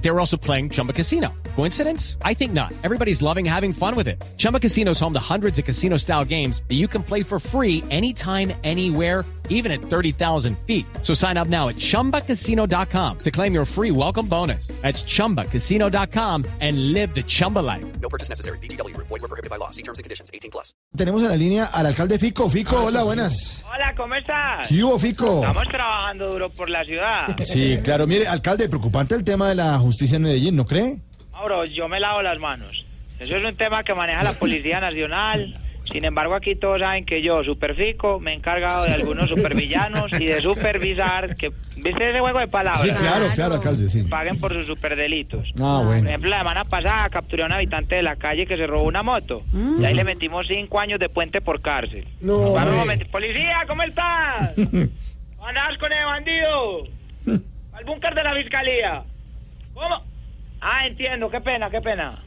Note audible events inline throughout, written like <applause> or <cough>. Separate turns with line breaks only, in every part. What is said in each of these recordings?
They were also playing Chumba Casino. Coincidence? I think not. Everybody's loving having fun with it. Chumba Casino is home to hundreds of casino style games that you can play for free anytime, anywhere even at 30,000 feet. So sign up now at ChumbaCasino.com to claim your free welcome bonus. That's ChumbaCasino.com and live the Chumba life.
No purchase necessary. BGW. Void were prohibited by law. See terms and conditions. 18 plus.
Tenemos en la línea al alcalde Fico. Fico, hola, buenas.
Hola, ¿cómo estás?
¿Qué hubo, Fico?
Estamos trabajando duro por la ciudad.
Sí, claro, mire, alcalde, preocupante el tema de la justicia en Medellín, ¿no cree?
Mauro, yo me lavo las manos. Eso es un tema que maneja la Policía Nacional. Sin embargo, aquí todos saben que yo, superfico, me he encargado de algunos supervillanos y de supervisar. Que, ¿Viste ese juego de palabras?
Sí, claro, claro, alcalde, sí.
Paguen por sus superdelitos.
Ah,
Por
bueno.
ejemplo, la semana pasada capturé a un habitante de la calle que se robó una moto.
Mm.
Y ahí le metimos cinco años de puente por cárcel.
No,
Vamos,
hombre.
un momento. Policía,
<laughs>
¿cómo estás? Andás con el bandido. Al búnker de la fiscalía. ¿Cómo? Ah, entiendo. Qué pena, qué pena.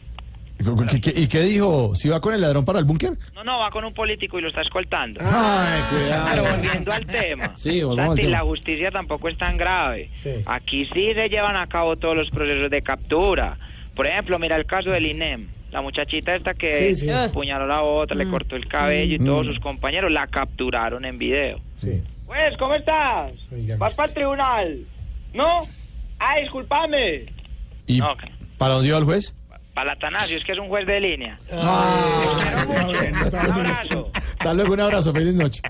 ¿Qué- qué- ¿Y qué dijo? ¿Si va con el ladrón para el búnker?
No, no, va con un político y lo está escoltando.
Ay,
Pero
cuidado.
volviendo al tema.
Ah. Sí, volvamos al
Santi,
tema.
la justicia tampoco es tan grave.
Sí.
Aquí sí se llevan a cabo todos los procesos de captura. Por ejemplo, mira el caso del INEM. La muchachita esta que
Sí, Mm. sí.
apuñaló la otra, le cortó el cabello y todos sus compañeros la capturaron en video.
Sí.
Pues, ¿cómo estás?
Oiga,
¿Vas para el tribunal? ¿No? Ah, discúlpame.
¿Y
No, que-
para dónde iba el juez?
Para Atanasio, es que es un juez de línea.
Ah,
Un abrazo.
Hasta luego, un abrazo, feliz noche.